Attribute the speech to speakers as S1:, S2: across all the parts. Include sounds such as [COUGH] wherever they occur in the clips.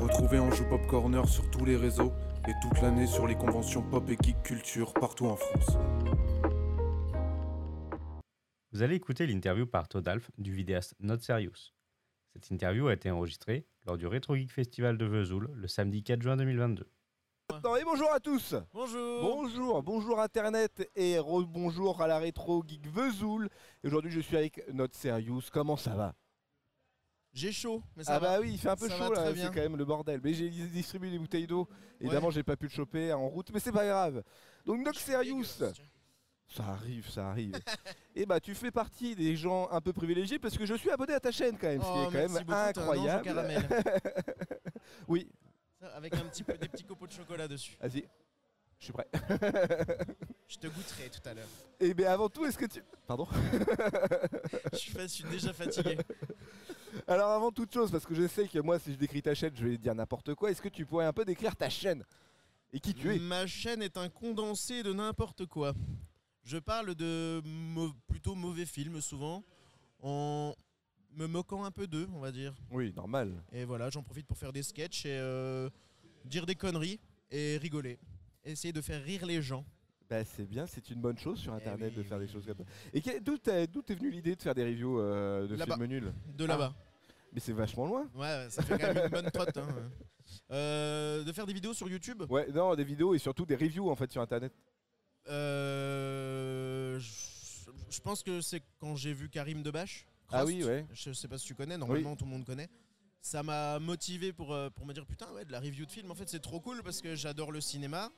S1: Retrouvez Anjou Pop Corner sur tous les réseaux et toute l'année sur les conventions pop et geek culture partout en France.
S2: Vous allez écouter l'interview par Todalf du vidéaste Not Serious. Cette interview a été enregistrée lors du Retro Geek Festival de Vesoul le samedi 4 juin 2022.
S3: Non, et bonjour à tous
S4: Bonjour
S3: Bonjour, bonjour Internet et bonjour à la rétro geek Vesoul. Et Aujourd'hui je suis avec notre Serious, comment ça va
S4: J'ai chaud, mais ça
S3: Ah
S4: va.
S3: bah oui, il fait un peu
S4: Ça va
S3: chaud
S4: très
S3: là, c'est
S4: bien.
S3: quand même le bordel. Mais j'ai distribué des bouteilles d'eau, évidemment j'ai pas pu le choper en route, mais c'est pas grave. Donc Nox Serious,
S4: Dégueulasse, tiens.
S3: ça arrive, ça arrive. [LAUGHS] et bah tu fais partie des gens un peu privilégiés parce que je suis abonné à ta chaîne quand même, ce qui
S4: Oh,
S3: est quand
S4: merci
S3: même
S4: beaucoup, t'as un ange au
S3: incroyable. [LAUGHS]
S4: caramel.
S3: Oui,
S4: Ça, Avec un petit peu des petits copeaux de chocolat dessus.
S3: vas-y, je suis prêt. [LAUGHS]
S4: Je te goûterai tout à l'heure.
S3: Et bien bah, avant tout, est-ce que tu... Pardon
S4: Je suis, fa- je suis déjà
S3: [LAUGHS]
S4: fatigué.
S3: Alors avant toute chose, parce que je sais que moi si je décris ta chaîne, je vais dire n'importe quoi, est-ce que tu pourrais un peu décrire ta chaîne Et qui tu es
S4: Ma chaîne est un condensé de n'importe quoi. Je parle de mau- plutôt mauvais films souvent, en me moquant un peu d'eux, on va dire.
S3: Oui, normal.
S4: Et voilà, j'en profite pour faire des sketchs et euh, dire des conneries et rigoler. Essayer de faire rire les gens.
S3: Bah c'est bien, c'est une bonne chose sur internet
S4: oui,
S3: de faire
S4: oui,
S3: des
S4: oui.
S3: choses comme ça. Et que- d'où t'as- d'où t'es venue l'idée de faire des reviews euh, de
S4: Là-bas.
S3: films nuls
S4: De là-bas.
S3: Mais c'est vachement loin
S4: Ouais, ça fait quand même une bonne trotte. hein. Euh, de faire des vidéos sur YouTube
S3: Ouais, non, des vidéos et surtout des reviews en fait sur internet.
S4: Euh, je je pense que c'est quand j'ai vu Karim Debache.
S3: Ah
S4: Crost.
S3: oui, ouais.
S4: Je sais pas si tu connais, normalement tout le monde connaît. Ça m'a motivé pour, euh, pour me dire putain, ouais, de la review de film, en fait c'est trop cool parce que j'adore le cinéma,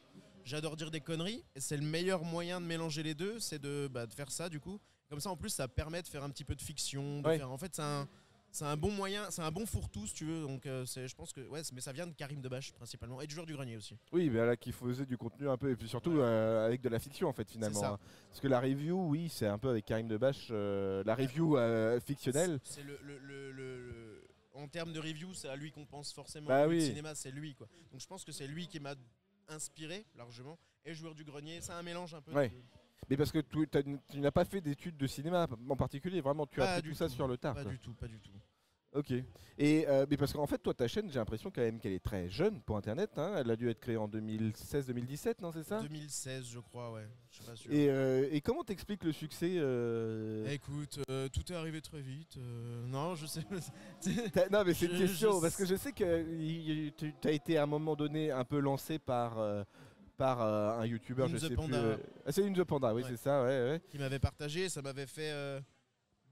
S4: j'adore dire des conneries et c'est le meilleur moyen de mélanger les deux, c'est de, bah, de faire ça du coup. Comme ça en plus ça permet de faire un petit peu de fiction. de
S3: Ouais.
S4: faire- en fait c'est un. C'est un bon moyen, c'est un bon fourre-tout si tu veux. Donc euh, c'est- je pense que ouais, mais ça vient de Karim Debache principalement et du joueur du grenier aussi.
S3: Oui, bah là qui faisait du contenu un peu et puis surtout euh, avec de la fiction en fait finalement.
S4: ça.
S3: hein. Parce que la review, oui, c'est un peu avec Karim Debache, euh, la review euh, fictionnelle.
S4: C'est le, le- le- le- le- En termes de review, c'est à lui qu'on pense forcément.
S3: Bah
S4: Le
S3: oui.
S4: cinéma, c'est lui. quoi. Donc je pense que c'est lui qui m'a inspiré largement. Et joueur du grenier, c'est un mélange un peu.
S3: Ouais.
S4: de-
S3: Mais parce que tu, t'as- tu n'as pas fait d'études de cinéma en particulier, vraiment, tu as
S4: Pas
S3: appris
S4: du
S3: tout ça
S4: tout.
S3: sur le tard.
S4: Pas
S3: quoi.
S4: du tout, pas du tout.
S3: Ok. Et euh, mais parce qu'en fait, toi, ta chaîne, j'ai l'impression quand même qu'elle est très jeune pour Internet. hein. Elle a dû être créée en 2016-2017, non, c'est ça
S4: 2016, je crois, ouais. Je suis pas sûr.
S3: et, euh, et comment t'expliques le succès euh,
S4: Écoute, euh, tout est arrivé très vite. euh, non, je [LAUGHS] sais.
S3: t'as- Non, mais c'est une
S4: je-
S3: question
S4: je-
S3: parce que je sais que il- il- tu as été à un moment donné un peu lancé par. euh, par euh, un youtubeur,
S4: Une
S3: je
S4: The
S3: sais
S4: Panda.
S3: plus. euh, ah, c'est une The Panda, oui,
S4: Ouais.
S3: c'est ça, ouais, ouais.
S4: qui m'avait partagé, ça m'avait fait euh,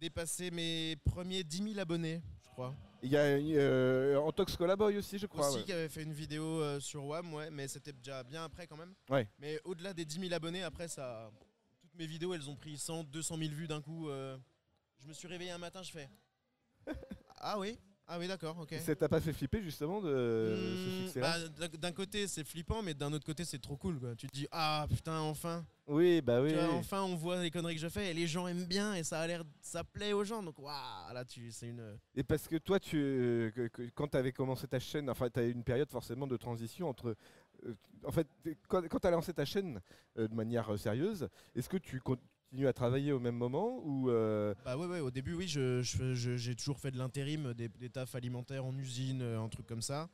S4: dépasser mes premiers 10 000 abonnés, je crois.
S3: Il y a euh, Antox Collaboy aussi, je crois.
S4: aussi
S3: ouais.
S4: qui avait fait une vidéo euh, sur WAM, ouais, mais c'était déjà bien après quand même.
S3: Ouais.
S4: Mais au-delà des 10 000 abonnés, après ça, toutes mes vidéos, elles ont pris 100, 200 000 vues d'un coup. euh, je me suis réveillé un matin, je fais.
S3: [LAUGHS]
S4: ah oui, ah oui, d'accord, ok.
S3: Ça t'a pas fait flipper justement de euh, ce
S4: Hmm,
S3: succès-là
S4: bah, d'un- D'un côté c'est flippant, mais d'un autre côté c'est trop cool. Quoi. Tu te dis ah putain enfin,
S3: Oui, bah oui.
S4: Tu
S3: oui.
S4: vois, enfin on voit les conneries que je fais et les gens aiment bien et ça a l'air, ça plaît aux gens. Donc waouh là tu, c'est une,
S3: Et parce que toi, tu, euh, que- que- quand tu avais commencé ta chaîne, enfin, tu as eu une période forcément de transition entre. euh, en fait, t'es- quand, tu as lancé ta chaîne euh, de manière euh, sérieuse, est-ce que tu continues à travailler au même moment ou euh,
S4: Bah ouais, ouais, au début, oui, je- je- je- j'ai toujours fait de l'intérim, des, des tafs alimentaires en usine, euh, un truc comme ça.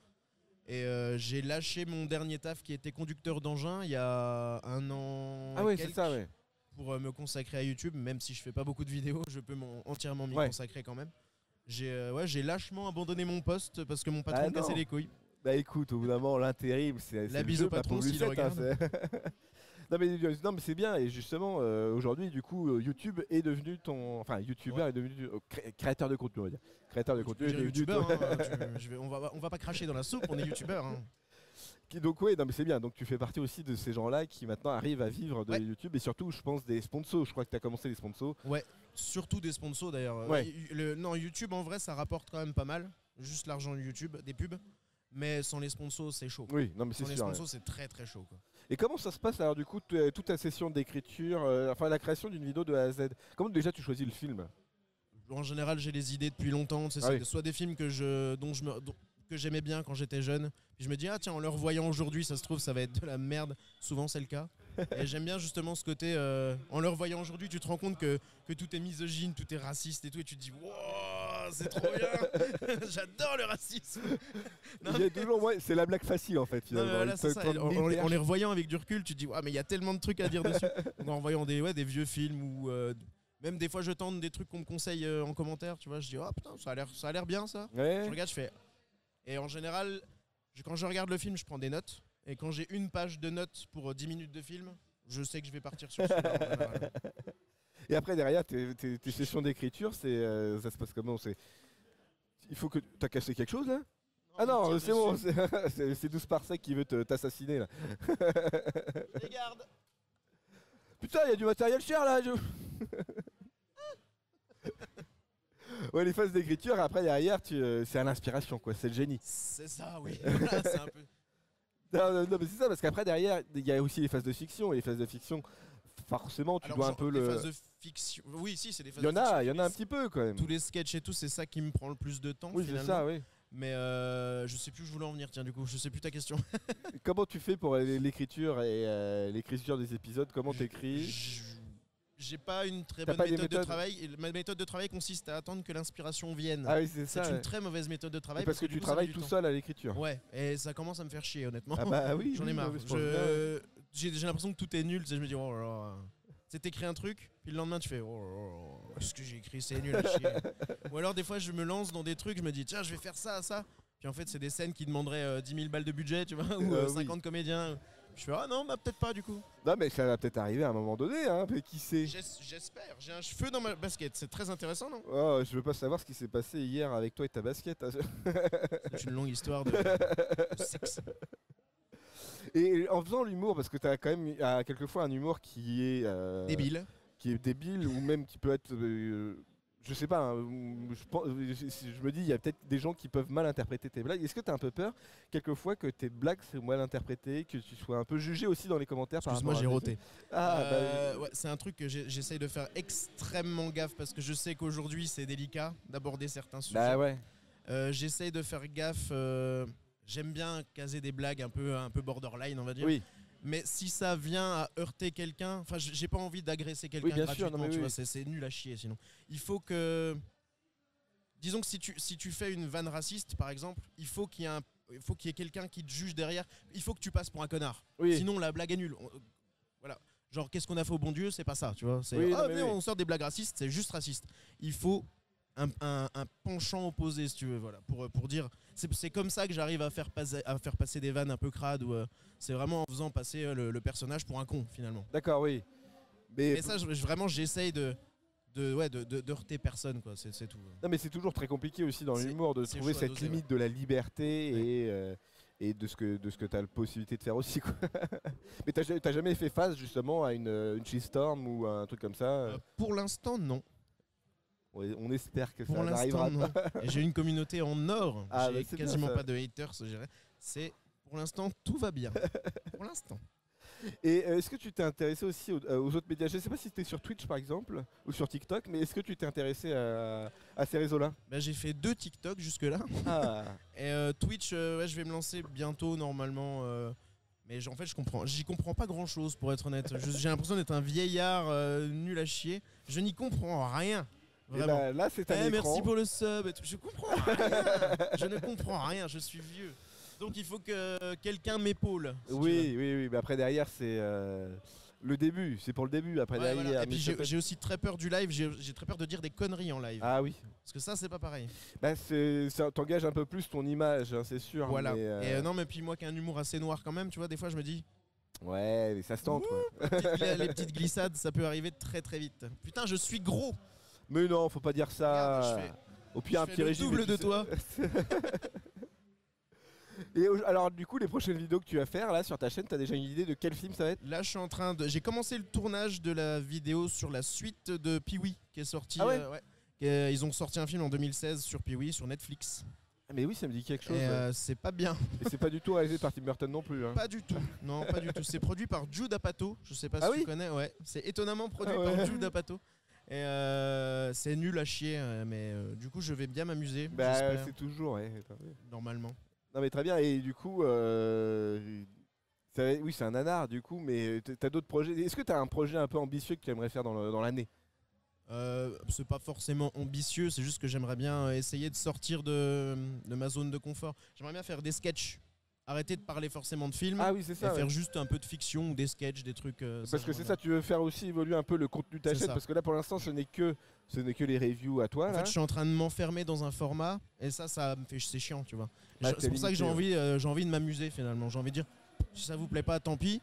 S4: Et euh, j'ai lâché mon dernier taf qui était conducteur d'engin il y a un an
S3: Ah
S4: et
S3: oui, c'est
S4: quelques
S3: ça, ouais.
S4: pour euh, me consacrer à YouTube, même si je fais pas beaucoup de vidéos, je peux m'en- entièrement m'y
S3: Ouais.
S4: consacrer quand même. J'ai euh, ouais, j'ai lâchement abandonné mon poste parce que mon patron
S3: Ah
S4: me cassait
S3: non.
S4: les couilles.
S3: Bah écoute, au bout d'un moment, l'intérim, c'est. c'est
S4: La
S3: le
S4: bise
S3: jeu,
S4: au patron
S3: pour
S4: s'il
S3: Lucette, hein,
S4: regarde.
S3: c'est- [LAUGHS] Non mais, euh, non mais c'est bien et justement euh, aujourd'hui du coup euh, YouTube est devenu ton enfin YouTubeur est devenu euh, cré- créateur de contenu on va dire créateur de
S4: Tu peux
S3: contenu est
S4: dire
S3: devenu
S4: youtubeur,
S3: ton-
S4: hein, tu- je vais- on, va, on va pas cracher dans la soupe, on est youtubeur. hein.
S3: Qui- donc oui, non mais c'est bien. Donc tu fais partie aussi de ces gens-là qui maintenant arrivent à vivre de
S4: Ouais.
S3: YouTube et surtout, je pense des sponsors. Je crois que tu as commencé les sponsors.
S4: Surtout des sponsors d'ailleurs.
S3: Ouais.
S4: Euh, y- le- non, YouTube en vrai ça rapporte quand même pas mal. Juste l'argent de YouTube, des pubs. Mais sans les sponsors c'est chaud.
S3: Oui, non mais c'est
S4: Sans les
S3: sûr.
S4: sponsors c'est très très chaud. Quoi.
S3: ouais. Et comment ça se passe alors du coup t- euh, toute ta session d'écriture, euh, enfin la création d'une vidéo de A à Z. Comment déjà tu choisis le film
S4: En général j'ai les idées depuis longtemps. C'est
S3: Ah oui.
S4: soit des films que je, dont je me, dont- que j'aimais bien quand j'étais jeune. Puis je me dis ah tiens en le revoyant aujourd'hui ça se trouve ça va être de la merde. Souvent c'est le cas. Et j'aime bien justement ce côté. euh, en le revoyant aujourd'hui, tu te rends compte que, que tout est misogyne, tout est raciste et tout. Et tu te dis, wow, c'est trop bien [LAUGHS] J'adore le racisme Non,
S3: Il y a toujours, ouais, c'est la blague facile en fait
S4: Non, mais
S3: finalement.
S4: voilà,
S3: Une
S4: c'est
S3: to-
S4: ça.
S3: trente
S4: Et En, en les-
S3: minutes
S4: en les revoyant avec du recul, tu te dis, ouais, mais il y a tellement de trucs à dire
S3: [LAUGHS]
S4: dessus. Donc, en revoyant des, ouais, des vieux films ou euh, même des fois, je tente des trucs qu'on me conseille euh, en commentaire. Tu vois, je dis, oh putain, ça a l'air- ça a l'air bien ça. Je
S3: Ouais.
S4: regarde, je fais. Et en général, je- quand je regarde le film, je prends des notes. Et quand j'ai une page de notes pour euh, 10 minutes de film, je sais que je vais partir sur celui-là. en général.
S3: Et après, derrière, tes, tes- tes sessions d'écriture, c'est, euh, ça se passe comment c'est... Il faut que. T'as cassé quelque chose là [LAUGHS] Ah non,
S4: tire
S3: c'est bon,
S4: dessus.
S3: c'est, c'est, [LAUGHS] c'est 12 parsec qui veut te- t'assassiner là. [LAUGHS]
S4: Je les garde.
S3: Putain, il y a du matériel cher là je- [LAUGHS] Ouais, les phases d'écriture, après derrière, tu, euh, c'est à l'inspiration quoi, c'est le génie.
S4: C'est ça, oui. [LAUGHS] Voilà, c'est un peu.
S3: Non, non, non, mais c'est ça, parce qu'après derrière, il y a aussi les phases de fiction, et les phases de fiction, forcément, tu
S4: Alors,
S3: dois un
S4: genre,
S3: peu
S4: les
S3: le.
S4: phases de fiction. Oui, si, c'est des phases
S3: Il y en
S4: de fiction.
S3: a, il y en a un petit peu quand même.
S4: Tous les sketchs et tout, c'est ça qui me prend le plus de temps.
S3: Oui, c'est
S4: finalement.
S3: ça, oui.
S4: Mais euh, je sais plus où je voulais en venir, tiens, du coup, je sais plus ta question.
S3: Comment tu fais pour euh, l'écriture et euh, l'écriture des épisodes Comment
S4: [LAUGHS]
S3: t'écris
S4: Je- J'ai pas une très
S3: T'as
S4: bonne
S3: pas des
S4: méthode de
S3: méthodes
S4: travail. Et Ma méthode de travail consiste à attendre que l'inspiration vienne.
S3: Ah oui, c'est
S4: c'est
S3: ça.
S4: une
S3: ouais.
S4: très mauvaise méthode de
S3: Mais
S4: travail.
S3: parce que,
S4: du
S3: tu
S4: coup, ça met
S3: travailles
S4: du
S3: tout
S4: temps.
S3: seul
S4: [LAUGHS]
S3: à l'écriture.
S4: Ouais, et ça commence à me faire chier, honnêtement.
S3: Ah bah oui.
S4: J'en
S3: oui,
S4: ai marre.
S3: oui, je pense bien, ouais.
S4: Je- J'ai j'ai l'impression que tout est nul. tu sais, Je me dis, oh là là. Tu sais, t'écris un truc, puis le lendemain, tu fais, oh là là, qu'est-ce que j'ai écrit, c'est nul à
S3: [LAUGHS]
S4: chier. Ou alors, des fois, je me lance dans des trucs, je me dis, tiens, je vais faire ça, ça. Puis en fait, c'est des scènes qui demanderaient euh, 10 000 balles de budget, tu vois, [LAUGHS] ou
S3: Euh,
S4: euh,
S3: oui.
S4: 50 comédiens. Je fais, ah non, bah peut-être pas du coup.
S3: Non mais ça va peut-être arriver à un moment donné, hein, mais qui sait
S4: J'es- J'espère, j'ai un cheveu dans ma basket, c'est très intéressant, non
S3: Oh, je veux pas savoir ce qui s'est passé hier avec toi et ta basket. hein.
S4: C'est une longue histoire
S3: [LAUGHS]
S4: de, de sexe.
S3: Et en faisant l'humour, parce que t'as quand même euh, quelquefois un humour qui est euh,
S4: Débile.
S3: qui est débile ou même qui peut être, euh, je sais pas, hein, ou- je, pense- je- je me dis il y a peut-être des gens qui peuvent mal interpréter tes blagues. Est-ce que t'as un peu peur quelquefois que tes blagues soient mal interprétées, que tu sois un peu jugé aussi dans les commentaires par
S4: Excuse-moi,
S3: rapport à
S4: j'ai
S3: tes-
S4: roté.
S3: [LAUGHS] Ah, bah,
S4: Euh, ouais, c'est un truc que j'ai- j'essaye de faire extrêmement gaffe parce que je sais qu'aujourd'hui c'est délicat d'aborder certains sujets.
S3: bah ouais.
S4: Euh, j'essaye de faire gaffe. euh, J'aime bien caser des blagues un peu, un peu borderline, on va dire.
S3: Oui.
S4: Mais si ça vient à heurter quelqu'un, enfin, j- j'ai pas envie d'agresser quelqu'un
S3: Oui, bien sûr,
S4: gratuitement.
S3: non, mais
S4: tu
S3: oui,
S4: vois,
S3: oui.
S4: c'est- c'est nul à chier sinon. Il faut que, disons que si tu, si tu fais une vanne raciste, par exemple, il faut qu'il y ait un- il faut qu'il y ait quelqu'un qui te juge derrière. Il faut que tu passes pour un connard.
S3: Oui.
S4: Sinon, la blague est nulle. On- euh, Voilà. Genre, qu'est-ce qu'on a fait au bon Dieu C'est pas ça, tu vois. C'est
S3: Oui, non,
S4: ah,
S3: mais
S4: venez,
S3: oui.
S4: on sort des blagues racistes, c'est juste raciste. Il faut un, un- un penchant opposé, si tu veux, voilà, pour, euh, pour dire. C'est c'est comme ça que j'arrive à, faire passer- à faire passer des vannes un peu crades, ou euh, c'est vraiment en faisant passer euh, le, le personnage pour un con, finalement.
S3: D'accord, oui. Mais,
S4: Et ça, je- je- vraiment, j'essaye de, de, ouais, de, de, de heurter personne, quoi, c'est c'est tout.
S3: non, mais c'est toujours très compliqué aussi dans
S4: C'est-
S3: l'humour de
S4: c'est
S3: trouver
S4: chaud à
S3: cette
S4: doser,
S3: limite de la liberté et, euh, et de ce que de ce que t'as la possibilité de faire aussi. Quoi. [LAUGHS] mais t'as ja- t'as jamais fait face justement à une, euh, une shitstorm ou à un truc comme ça
S4: Euh, pour l'instant, non.
S3: On, on espère que
S4: Pour
S3: ça n'arrivera
S4: l'instant,
S3: pas.
S4: non. Et J'ai une communauté en or.
S3: Ah, bah,
S4: J'ai
S3: c'est bien,
S4: quasiment
S3: ça.
S4: pas de haters, je dirais. C'est pour l'instant tout va
S3: [LAUGHS]
S4: bien. pour l'instant.
S3: Et euh, est-ce que tu t'es intéressé aussi aux, euh, aux autres médias Je sais pas si c'était sur Twitch par exemple ou sur TikTok, mais est-ce que tu t'es intéressé à, à
S4: [LAUGHS]
S3: ces réseaux-là
S4: Bah, j'ai fait deux TikTok jusque là.
S3: Ah,
S4: Et euh, Twitch, euh, ouais, je vais me lancer bientôt normalement. euh, mais j- en fait, je comprends. J'y comprends pas grand chose pour être honnête. Je- J'ai l'impression d'être un vieillard euh, nul à chier. Je n'y comprends rien.
S3: Et ben,
S4: Vraiment.
S3: là, là, c'est un
S4: Eh,
S3: écran.
S4: merci pour le sub. et tout. Je comprends rien. je ne comprends rien. Je suis vieux. Donc il faut que quelqu'un m'épaule. si tu veux.
S3: Oui, oui, oui. Mais après derrière, c'est euh, le début. C'est pour le début. Après
S4: Ouais,
S3: derrière.
S4: voilà. Et puis
S3: euh, mais
S4: j'ai
S3: ça peut-
S4: j'ai aussi très peur du live, j'ai j'ai très peur de dire des conneries en live.
S3: Ah oui.
S4: Parce que ça, c'est pas pareil.
S3: Bah, c'est- ça t'engage un peu plus ton image, hein, c'est sûr.
S4: voilà.
S3: mais, euh,
S4: Et euh, non, mais puis moi qui ai un humour assez noir quand même, tu vois, des fois je me
S3: [LAUGHS]
S4: dis,
S3: Ouais, mais ça se tente. quoi.
S4: petites gla- les petites glissades, ça peut arriver très très vite. Putain, je suis gros
S3: Mais non, faut pas dire ça.
S4: Regarde, je fais-
S3: Au pire,
S4: je
S3: un
S4: fais
S3: petit
S4: le
S3: régime. et
S4: double
S3: puis
S4: de
S3: [LAUGHS] c'est-
S4: toi.
S3: Et au- alors, du coup, les prochaines vidéos que tu vas faire là sur ta chaîne, t'as déjà une idée de quel film ça va être
S4: Là, je suis en train de. J'ai commencé le tournage de la vidéo sur la suite de Pee-Wee qui est sortie.
S3: Ah ouais
S4: euh, Qui est- Ils ont sorti un film en 2016 sur Pee-Wee sur Netflix.
S3: Ah, Mais oui, ça me dit quelque chose.
S4: Et
S3: ouais.
S4: euh, c'est pas bien.
S3: Et c'est pas du tout réalisé par Tim Burton non plus. hein.
S4: Pas du tout. Non, pas du tout. C'est produit par Jude Apatow. Je sais pas si
S3: Ah
S4: tu
S3: oui
S4: connais. Ouais. C'est étonnamment produit
S3: Ah ouais.
S4: par Jude Apatow. Et euh, c'est nul à chier, euh, mais euh, du coup je vais bien m'amuser.
S3: Bah,
S4: j'espère,
S3: c'est toujours. ouais, attendez.
S4: normalement.
S3: Non, mais très bien. Et du coup, euh, Ça- Oui, c'est un nanar du coup, mais euh, t- t'as d'autres projets. Est-ce que t'as un projet un peu ambitieux que tu aimerais faire dans le- dans l'année
S4: Euh, c'est pas forcément ambitieux, c'est juste que j'aimerais bien euh, essayer de sortir de, de ma zone de confort. J'aimerais bien faire des sketchs. Arrêter de parler forcément de films
S3: Ah oui, c'est
S4: et
S3: ça. ouais.
S4: faire juste un peu de fiction ou des sketchs, des trucs. euh,
S3: Parce que
S4: j'aimerais
S3: c'est
S4: bien.
S3: ça, tu veux faire aussi évoluer un peu le contenu de ta
S4: C'est
S3: chaîne,
S4: ça.
S3: parce que là pour l'instant ce n'est que ce n'est que les reviews à toi.
S4: En
S3: là.
S4: fait, je suis en train de m'enfermer dans un format et ça, ça me fait. C'est chiant, tu vois.
S3: Ouais,
S4: Je-
S3: t'es
S4: c'est pour ça que
S3: limité,
S4: j'ai
S3: ouais.
S4: envie, euh, j'ai envie de m'amuser finalement. J'ai envie de dire si ça vous plaît pas, tant pis.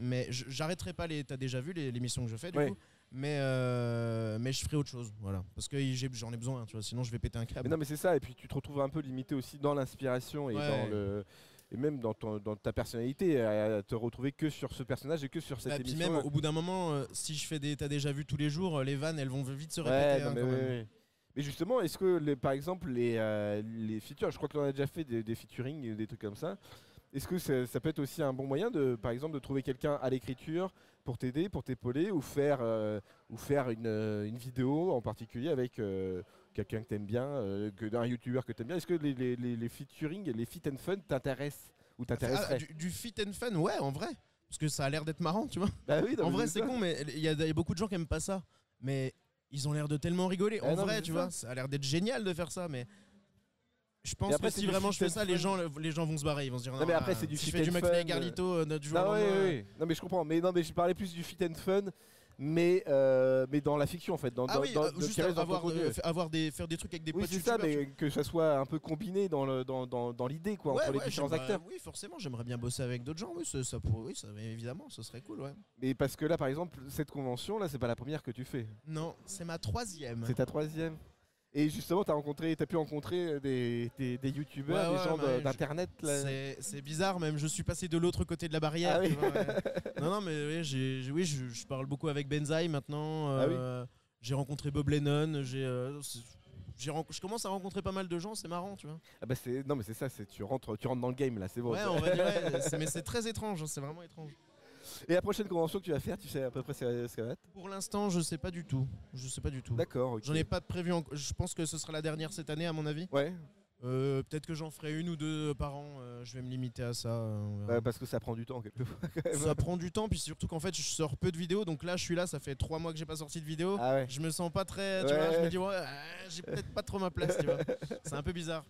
S4: Mais je- j'arrêterai pas les. T'as déjà vu les- l'émission que je fais du
S3: Ouais.
S4: coup mais, euh, mais je ferai autre chose, voilà. Parce que j'ai- j'en ai besoin, tu vois. Sinon, je vais péter un câble.
S3: Mais non, mais c'est ça. Et puis tu te retrouves un peu limité aussi dans l'inspiration et
S4: Ouais.
S3: dans le et même dans, ton- dans ta personnalité à te retrouver que sur ce personnage et que sur cette
S4: Bah, puis
S3: émission.
S4: même au bout d'un moment, euh, si je fais des t'as déjà vu tous les jours, euh, les vannes elles vont vite se
S3: Ouais,
S4: répéter.
S3: non,
S4: hein,
S3: mais,
S4: quand
S3: ouais,
S4: même.
S3: ouais. Mais justement, est-ce que les- par exemple les euh, les features, je crois que l'on a déjà fait des, des featuring, des trucs comme ça. Est-ce que ça, ça peut être aussi un bon moyen de, par exemple, de trouver quelqu'un à l'écriture pour t'aider, pour t'épauler, ou faire euh, ou faire une, euh, une vidéo en particulier avec euh, quelqu'un que t'aimes bien, euh, que d'un youtubeur que t'aimes bien. Est-ce que les, les, les, les featuring, les fit and fun t'intéressent ou
S4: Ah,
S3: t'intéresseraient
S4: du, du fit and fun, ouais, en vrai. Parce que ça a l'air d'être marrant, tu vois.
S3: Bah oui, non,
S4: en
S3: mais
S4: vrai,
S3: ça.
S4: c'est con, mais il y, a- il y a beaucoup de gens qui aiment pas ça. Mais ils ont l'air de tellement rigoler.
S3: Ah
S4: En
S3: non, mais
S4: vrai,
S3: c'est
S4: tu
S3: ça.
S4: vois, ça a l'air d'être génial de faire ça, mais. Je pense
S3: Et après,
S4: que
S3: c'est
S4: si
S3: du
S4: vraiment
S3: fit
S4: je fais
S3: and
S4: ça, les
S3: fun.
S4: gens, les gens vont se barrer. Ils vont se dire euh,
S3: Non, mais après, c'est du
S4: si
S3: fit
S4: je fais du
S3: and
S4: McFly et
S3: fun,
S4: Carlito euh, notre jour
S3: Non,
S4: au
S3: oui,
S4: lendemain,
S3: oui, oui. non mais je comprends. Mais non mais je parlais plus du fit and fun, mais euh, mais dans la fiction en fait, dans,
S4: Ah
S3: dans-
S4: oui,
S3: dans-
S4: euh,
S3: de-
S4: juste
S3: qui reste dans ton
S4: avoir,
S3: contenu.
S4: euh, f- avoir des, faire des trucs avec des
S3: oui
S4: potes
S3: c'est ça,
S4: youtubeurs, tu
S3: mais que ça soit un peu combiné dans le dans, dans, dans l'idée quoi
S4: Ouais,
S3: entre les
S4: ouais,
S3: différents
S4: j'aimerais-
S3: acteurs.
S4: Oui, forcément, j'aimerais bien bosser avec d'autres gens. Oui, ça, ça pourrait- oui, ça- évidemment, ce serait cool, ouais.
S3: Mais parce que là par exemple cette convention là c'est pas la première que tu fais,
S4: Non, c'est ma troisième.
S3: c'est ta troisième. Et justement t'as rencontré, t'as pu rencontrer des des, des youtubeurs,
S4: Ouais,
S3: des
S4: ouais,
S3: gens
S4: bah,
S3: de-
S4: je-
S3: d'internet. là.
S4: C'est c'est bizarre, même. Je suis passé de l'autre côté de la barrière.
S3: Ah
S4: tu
S3: oui.
S4: vois, ouais.
S3: [LAUGHS]
S4: non, non, mais oui, j'ai- j'ai- oui, je, je parle beaucoup avec Benzaï maintenant.
S3: Ah oui.
S4: euh, J'ai rencontré Bob Lennon. J'ai, euh, c'est- j'ai ren- je commence à rencontrer pas mal de gens. C'est marrant, tu vois.
S3: Ah bah c'est non mais c'est ça, c'est tu rentres tu rentres dans le game là, c'est bon.
S4: ouais, on
S3: [LAUGHS]
S4: va dire, ouais, c'est- mais c'est très étrange. hein, c'est vraiment étrange.
S3: Et la prochaine convention que tu vas faire, tu sais à peu près ce ce qu'elle va être
S4: Pour l'instant, je sais pas du tout. Je sais pas du tout.
S3: D'accord. ok.
S4: J'en ai pas de prévu. en- Je pense que ce sera la dernière cette année, à mon avis.
S3: Ouais.
S4: Euh, Peut-être que j'en ferai une ou deux par an. euh, je vais me limiter à ça. euh, on verra.
S3: Ouais, bah, parce que ça prend du temps quelque fois.
S4: ça prend du temps, puis surtout qu'en fait, je sors peu de vidéos. Donc là, je suis là, ça fait trois mois que j'ai pas sorti de vidéo.
S3: Ah ouais.
S4: Je me sens pas très. Tu
S3: Ouais.
S4: vois, je me dis, ouais, euh, j'ai peut-être pas trop ma place, tu
S3: [LAUGHS]
S4: vois. C'est un peu bizarre.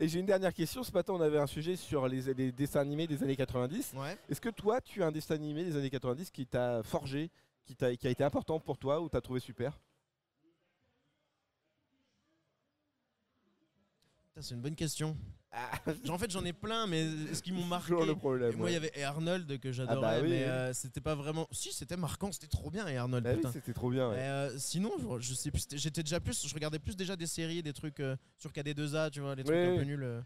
S3: Et j'ai une dernière question. Ce matin, on avait un sujet sur les, les dessins animés des années 90.
S4: Ouais.
S3: Est-ce que toi, tu as un dessin animé des années 90 qui t'a forgé, qui, t'a- qui a été important pour toi ou t'as trouvé super
S4: Putain, C'est une bonne question.
S3: Ah,
S4: Genre, en fait, j'en ai plein, mais ce qui m'ont marqué.
S3: [LAUGHS] Toujours le
S4: Et
S3: problème.
S4: moi,
S3: ouais.
S4: il y avait et Arnold que j'adorais,
S3: Ah bah oui,
S4: mais
S3: oui.
S4: euh, c'était pas vraiment. Si, c'était marquant, c'était trop bien, et Arnold,
S3: Bah oui,
S4: putain.
S3: c'était trop bien. ouais.
S4: Mais, euh, sinon, je, je sais plus. c'était- J'étais déjà plus. Je regardais plus déjà des séries, des trucs euh, sur KD2A, tu vois, les trucs
S3: Oui,
S4: un
S3: oui.
S4: peu nuls. euh.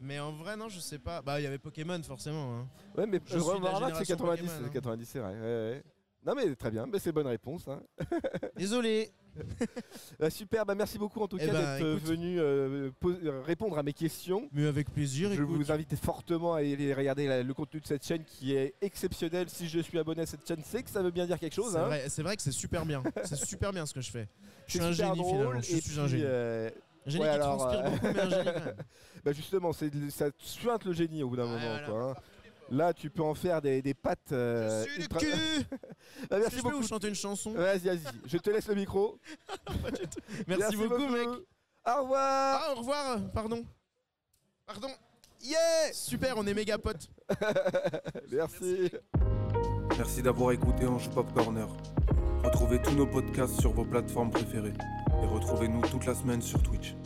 S4: Mais en vrai, non, je sais pas. Bah, il y avait Pokémon, forcément. hein.
S3: Ouais, mais
S4: je suis de la
S3: remarque, c'est
S4: génération
S3: 90,
S4: Pokémon,
S3: c'est
S4: hein.
S3: 90, c'est vrai. ouais, ouais. Non mais très bien, mais c'est bonne réponse. hein.
S4: Désolé.
S3: Bah, super, bah, merci beaucoup en tout
S4: Eh
S3: cas
S4: ben,
S3: d'être euh,
S4: écoute.
S3: venu euh, pos- euh, répondre à mes questions.
S4: Mais avec plaisir.
S3: Je
S4: écoute.
S3: vous invite fortement à aller regarder la- le contenu de cette chaîne qui est exceptionnel. Si je suis abonné à cette chaîne, c'est que ça veut bien dire quelque chose.
S4: C'est
S3: hein.
S4: vrai, c'est vrai que c'est super bien. c'est super bien ce que je fais. Je
S3: C'est
S4: suis un
S3: super
S4: génie finalement.
S3: drôle,
S4: Je
S3: et
S4: suis un
S3: puis,
S4: génie.
S3: euh,
S4: Un génie
S3: ouais,
S4: qui
S3: alors,
S4: transpire
S3: euh,
S4: beaucoup, mais un génie quand même.
S3: Bah justement, c'est de- ça suinte le génie au bout d'un
S4: Ouais,
S3: moment.
S4: voilà.
S3: quoi, hein. Là, tu peux en faire des, des pattes. [LAUGHS] euh,
S4: je suis le
S3: ultra-
S4: cul
S3: Bah,
S4: Est-ce que
S3: [LAUGHS] merci
S4: je peux vous
S3: beaucoup.
S4: chanter une chanson
S3: Vas-y, vas-y. Je te laisse le micro.
S4: Merci, beaucoup, mec.
S3: Au revoir.
S4: Ah, au revoir, pardon. Pardon.
S3: Yeah.
S4: Super, on est méga potes. Ah.
S3: Merci.
S1: Merci d'avoir écouté Ange Pop Corner. Retrouvez tous nos podcasts sur vos plateformes préférées et retrouvez-nous toute la semaine sur Twitch.